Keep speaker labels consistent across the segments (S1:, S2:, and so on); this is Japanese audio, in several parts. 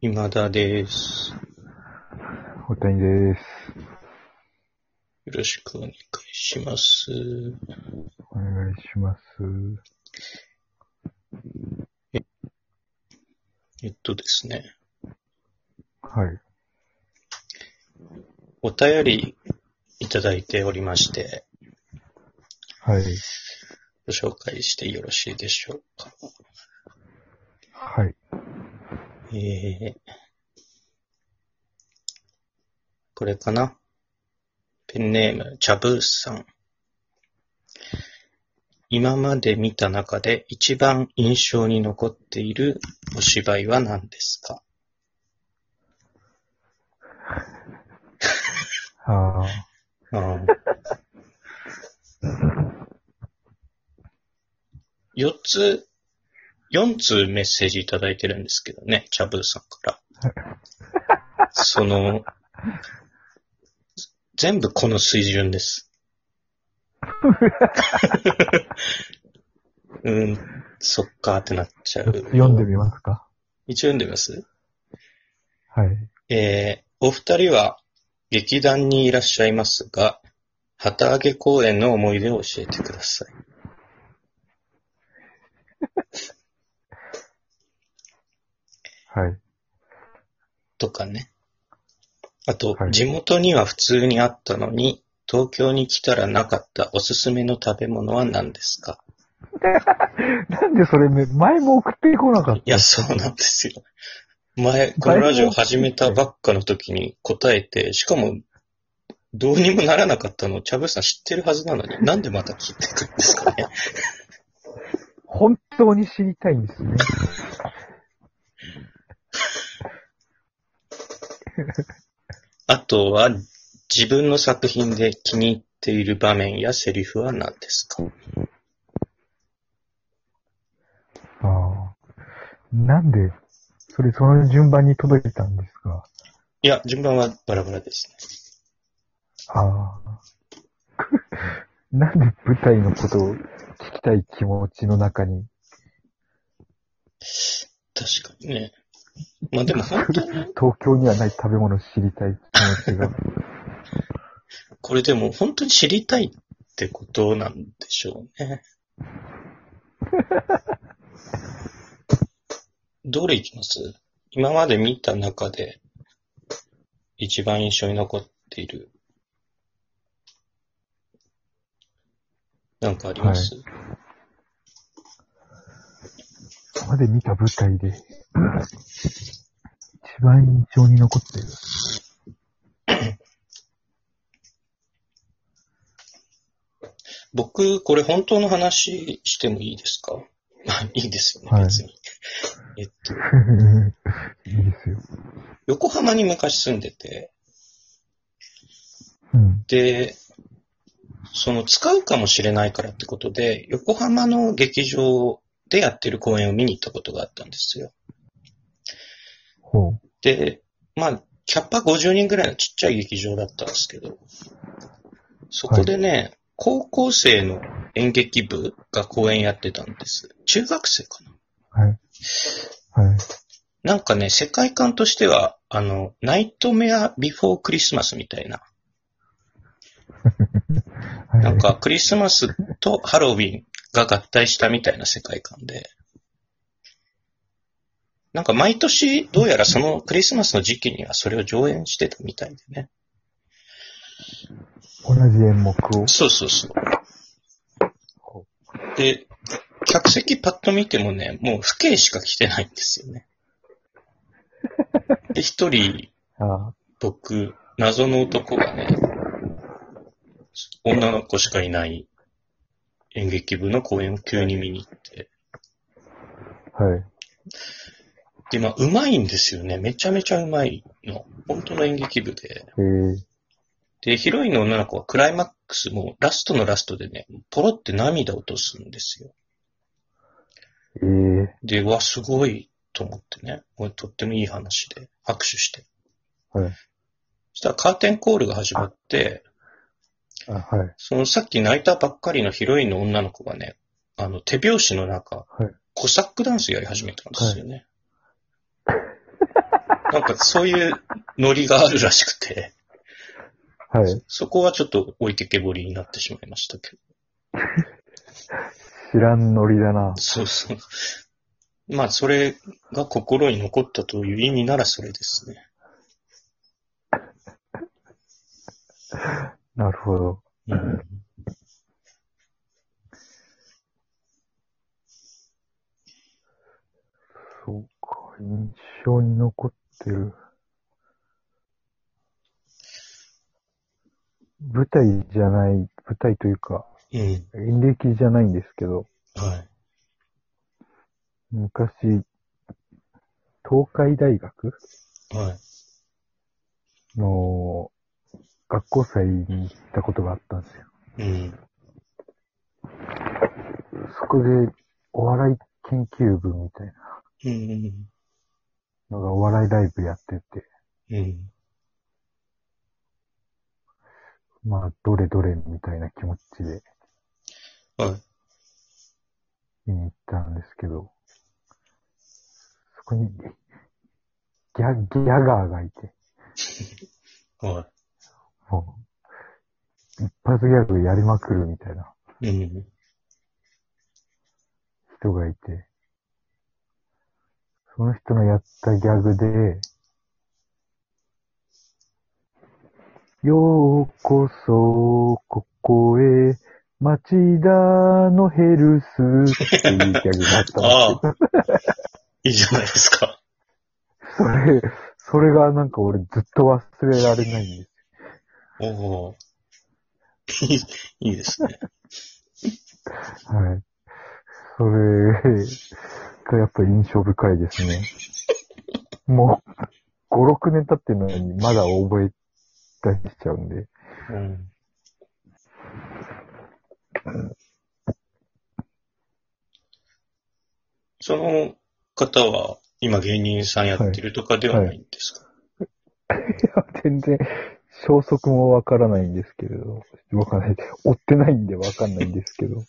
S1: 今田です。
S2: 大谷です。
S1: よろしくお願いします。
S2: お願いします。
S1: えっとですね、
S2: はい。
S1: お便りいただいておりまして、
S2: はい。
S1: ご紹介してよろしいでしょうか。
S2: はい。
S1: えー、これかなペンネーム、チャブースさん。今まで見た中で一番印象に残っているお芝居は何ですか
S2: あ
S1: ああ 四つ、四つメッセージいただいてるんですけどね、チャブーさんから。 その、全部この水準 です。うん、そっかーってなっちゃ
S2: あ、
S1: う。
S2: 読んでみますか
S1: 一応読んでみます
S2: はい。
S1: えーお二人は劇団にいらっしゃいますが、旗揚げ公演の思い出を教えてください。
S2: はい。
S1: とかね。あと、
S2: はい
S1: 地元には普通にあったのに、東京に来たらなかったおすすめの食べ物は何ですか
S2: なんでそれめ、前も送ってこなかった
S1: いや、そうなんですよ。前、このラジオ始めたばっかの時に答えて、しかも、どうにもならなかったのを、チャブさん知ってるはずなのに、なんでまた聞いてくるんですかね。
S2: 本当に知りたいんですね。
S1: あとは、自分の作品で気に入っている場面やセリフは何ですか
S2: ああ。なんで、それその順番に届いたんですか
S1: いや、順番はバラバラですね。
S2: ああ。 なんで舞台のことを聞きたい気持ちの中に。
S1: 確かにね。まあでも本当に、
S2: 東京にはない食べ物を知りたい気持ちが。
S1: これでも本当に知りたいってことなんでしょう ね。どれいきます今まで見た中で一番印象に残っている。なんかあります、
S2: 今まで見た舞台で、一番印象に残ってる。
S1: 僕、これ本当の話してもいいです かまあ、いいですよ
S2: は
S1: ね、
S2: い
S1: 別に。えっと、
S2: いいですよ。
S1: 横浜に昔住んでて、
S2: うん。
S1: で、その使うかもしれないからってことで、横浜の劇場でやってる公演を見に行ったことがあったんですよ。
S2: ほう。
S1: で、まあ、キャッパ50人ぐらいのちっちゃい劇場だったんですけど、そこでね、高校生の演劇部が公演やってたんです。中学生かな
S2: はい。
S1: なんかね、世界観としては、あの、ナイトメアビフォークリスマスみたいな。
S2: はい、
S1: なんか、クリスマスとハロウィンが合体したみたいな世界観で。なんか、毎年、どうやらそのクリスマスの時期にはそれを上演してたみたいでね。
S2: 同じ演目を。
S1: そうそうそう。で、客席パッと見てもね、もう、父兄しか来てないんですよね。で、一人、
S2: あ
S1: 僕、謎の男がね、女の子しかいない演劇部の公演を急に見に行って。
S2: あはい。
S1: で、まあ、うまいんですよね。めちゃめちゃうまいの。本当の演劇部で。
S2: えー、
S1: で、ヒロインの女の子はクライマックスもラストのラストでね、ポロって涙を落とすんですよ。
S2: えー、
S1: で、うわ、すごいと思ってね。これとってもいい話で拍手して。
S2: はい。
S1: そしたらカーテンコールが始まって、
S2: あ、はい。
S1: そのさっき泣いたばっかりのヒロインの女の子がね、あの手拍子の中、
S2: はい
S1: コサックダンスやり始めたんですよね。なんかそういうノリがあるらしくて、
S2: はい。
S1: そこはちょっと置いてけぼりになってしまいましたけど。
S2: 知らんノリだな。
S1: そうそう。まあ、それが心に残ったという意味ならそれですね。
S2: なるほど。
S1: うん、
S2: そうか。印象に残ってる。舞台じゃない、舞台というか、
S1: うん。
S2: 演劇じゃないんですけど、
S1: はい。
S2: 昔、東海大学
S1: はい。
S2: の学校祭に行ったことがあったんですよ。
S1: うん。
S2: そこでお笑い研究部みたいな
S1: うん。
S2: のがお笑いライブやってて、
S1: うん。
S2: まあ、どれどれみたいな気持ちで
S1: はい。
S2: 見に行ったんですけど、そこにギャ、ギャガーがいて、
S1: は。
S2: もう、一発ギャグやりまくるみたいない
S1: うん。
S2: 人がいて、その人のやったギャグで、ようこそ、ここへ、町田のヘルスっていうギャグがあったんです よ。
S1: ああ。いいじゃないですか。
S2: それ、それがなんか俺ずっと忘れられないんです。
S1: おお。い い、いいですね。
S2: はい。それがやっぱ印象深いです ね。もう、5、6年経ってるのにまだ覚え出しちゃうんで。
S1: うん。その方は、今芸人さんやってるとかではないんですか、
S2: いや、全然、消息もわからないんですけれど、わかんない。追ってないんでわかんないんですけど。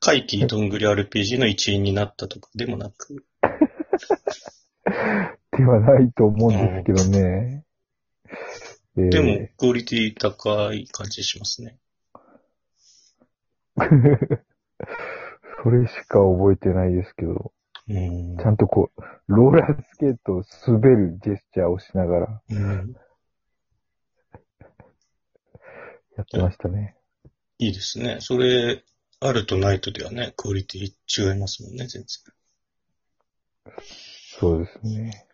S1: 怪奇どんぐり RPG の一員になったとかでもなく。
S2: ではないと思うんですけどね。えー
S1: でも、クオリティ高い感じしますね。
S2: それしか覚えてないですけど。
S1: うん
S2: ち。ゃんとこう、ローラースケートを滑るジェスチャーをしながら
S1: うん
S2: やってましたね。
S1: いいですね。それ、あるとないとではね、クオリティ違いますもんね、全然。
S2: そうですね。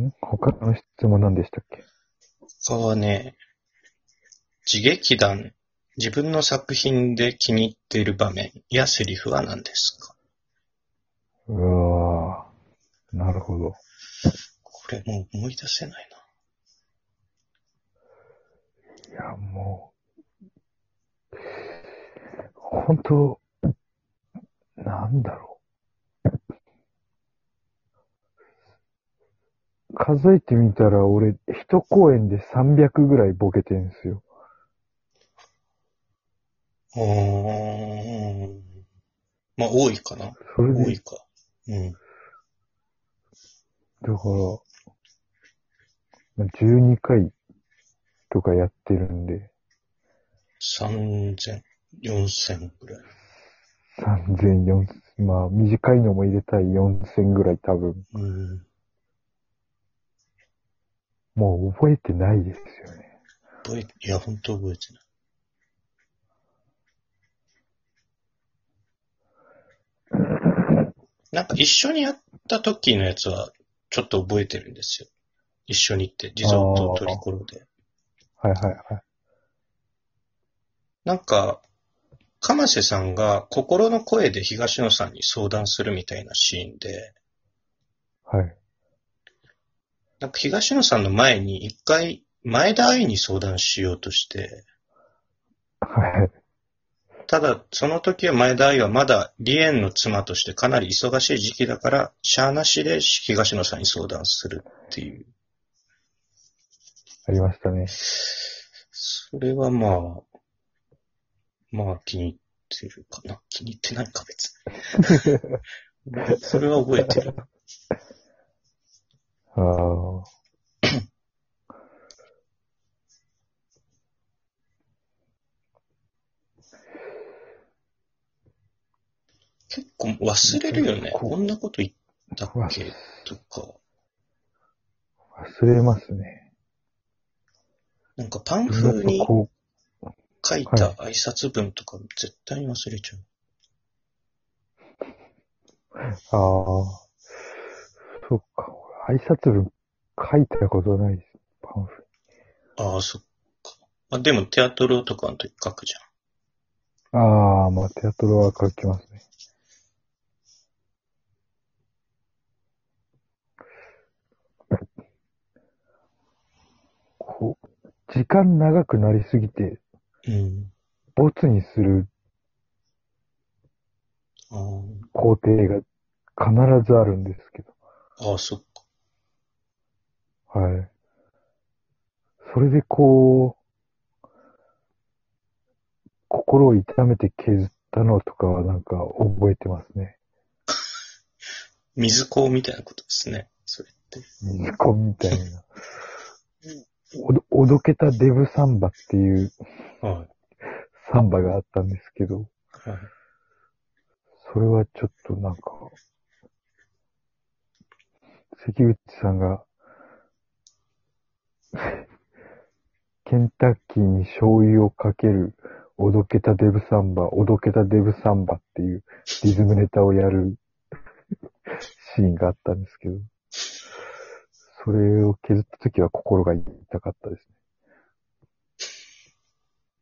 S2: ん他の質問何でしたっけ
S1: 他はね、自劇団、自分の作品で気に入っている場面やセリフは何ですか
S2: うわぁ。なるほど。
S1: これもう思い出せないな。
S2: いや、もう、本当なんだろう。数えてみたら、俺、一公演で300ぐらいボケてんすよ。
S1: うーん。まあ、多いかな。
S2: それ
S1: 多
S2: で、
S1: いか。うん。
S2: だから、まあ12回とかやってるんで、
S1: 3000、4000ぐらい。
S2: 3000、4000、まあ、短いのも入れたい4000ぐらい多分、
S1: うん。
S2: もう覚えてないですよね。
S1: 覚え、いや、本当覚えてない。なんか一緒にやった時のやつは、ちょっと覚えてるんですよ。一緒に行って、リゾートトリコロで。
S2: はいはいはい。
S1: なんか、鎌瀬さんが心の声で東野さんに相談するみたいなシーンで、
S2: はい。
S1: なんか東野さんの前に一回、前田愛に相談しようとして、
S2: はい。
S1: ただ、その時は前田愛はまだ、リエンの妻としてかなり忙しい時期だから、しゃーなしで東野さんに相談するっていう。
S2: ありましたね。
S1: それはまあ、まあ気に入っってるかな気に入ってないか、別に。それは覚えてる。
S2: ああ。
S1: 結構忘れるよね。
S2: 結構
S1: こんなこと言ったっけとか。
S2: 忘れますね。
S1: なんかパン風に
S2: こ
S1: 書いた挨拶文とか絶対に忘れちゃう。
S2: う、ああ。そっか。挨拶文書いたことないです。パンフ。
S1: ああ、そっか。あ、でも、テアトルとかの時書くじゃん。
S2: ああ、まあ、テアトロは書きますね。こう、時間長くなりすぎて、
S1: うん。
S2: ボツにする
S1: あー
S2: 工程が必ずあるんですけど。
S1: あー、そっか。
S2: はい。それでこう、心を痛めて削ったのとかはなんか覚えてますね。
S1: 水子みたいなことですね。それって。
S2: ミコみたいな。おど、おどけたデブサンバっていう
S1: は
S2: サンバがあったんですけど、
S1: い。はい。
S2: それはちょっとなんか、関口さんが、 ケンタッキーに醤油をかける、おどけたデブサンバ、おどけたデブサンバっていうリズムネタをやる シーンがあったんですけど、それを削った時は心が痛かったですね。